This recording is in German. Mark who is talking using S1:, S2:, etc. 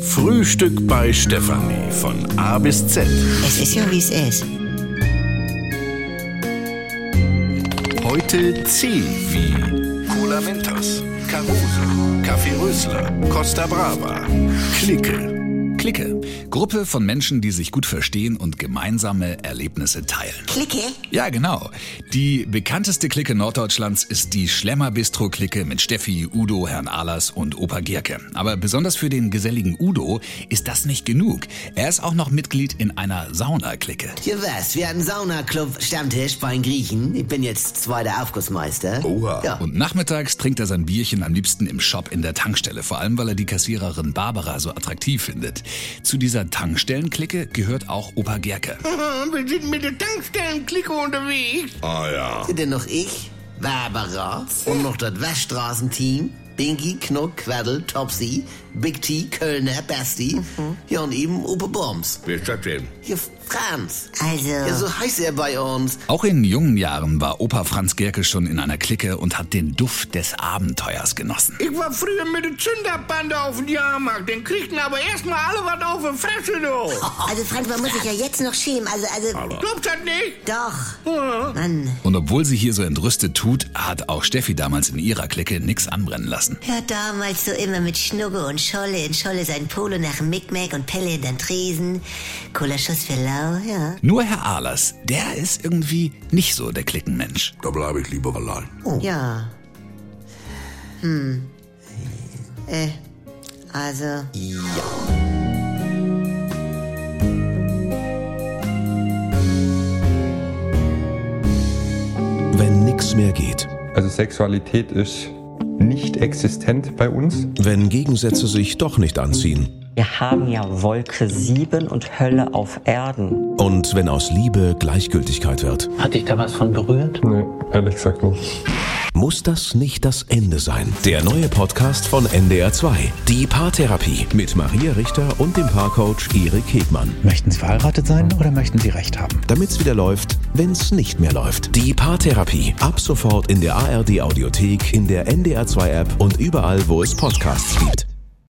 S1: Frühstück bei Stefanie von A bis Z.
S2: Es ist ja, wie es ist.
S1: Heute C wie Cola Mentos, Caruso, Kaffee Rösler, Costa Brava, Clique.
S3: Clique. Gruppe von Menschen, die sich gut verstehen und gemeinsame Erlebnisse teilen.
S2: Clique?
S3: Ja, genau. Die bekannteste Clique Norddeutschlands ist die Schlemmer-Bistro-Clique mit Steffi, Udo, Herrn Ahlers und Opa Gierke. Aber besonders für den geselligen Udo ist das nicht genug. Er ist auch noch Mitglied in einer Sauna-Clique.
S4: Hier was, wir hatten Saunaclub Stammtisch bei den Griechen. Ich bin jetzt zweiter Aufgussmeister.
S3: Oha.
S4: Ja.
S3: Und nachmittags trinkt er sein Bierchen am liebsten im Shop in der Tankstelle, vor allem weil er die Kassiererin Barbara so attraktiv findet. Zu dieser Tankstellenklicke gehört auch Opa Gerke.
S5: Wir sind mit der Tankstellenklicke unterwegs.
S1: Ah ja.
S4: Sind denn noch ich, Barbara und noch das Waschstraßenteam? Binky, Knuck, Quaddel, Topsy, Big T, Kölner, Basti. Ja, und eben Opa Bombs.
S1: Wer ist das denn?
S4: Hier Franz. Ja,
S2: Also,
S4: so heißt er bei uns.
S3: Auch in jungen Jahren war Opa Franz Gerke schon in einer Clique und hat den Duft des Abenteuers genossen.
S5: Ich war früher mit der Zünderbande auf dem Jahrmarkt. Den kriegten aber erstmal alle was auf die Fresse, du.
S2: also Franz, man muss sich ja jetzt noch schämen. Also, also,
S5: Glaubst das nicht?
S2: doch. Mann,
S3: Und obwohl sie hier so entrüstet tut, hat auch Steffi damals in ihrer Clique nix anbrennen lassen.
S2: ja, damals so immer mit Schnugge und Scholle. In Scholle sein Polo nach dem Mickmack und Pelle in den Tresen. Cooler Schuss für Lau, ja.
S3: Nur Herr Ahlers, der ist irgendwie nicht so der Klickenmensch.
S1: Da bleibe ich lieber allein.
S4: Oh.
S2: Ja. Hm. Äh, also,
S6: Wenn nix mehr geht.
S7: Also Sexualität ist nicht existent bei uns.
S6: Wenn Gegensätze sich doch nicht anziehen.
S8: Wir haben ja Wolke 7 und Hölle auf Erden.
S6: Und wenn aus Liebe Gleichgültigkeit wird.
S9: Hat dich da was von berührt?
S7: Nee, ehrlich gesagt nicht.
S6: Muss das nicht das Ende sein? Der neue Podcast von NDR2. Die Paartherapie. Mit Maria Richter und dem Paarcoach Erik Hegmann.
S10: Möchten Sie verheiratet sein oder möchten Sie Recht haben?
S6: Damit's wieder läuft, wenn's nicht mehr läuft. Die Paartherapie. Ab sofort in der ARD Audiothek, in der NDR2 App und überall, wo es Podcasts gibt.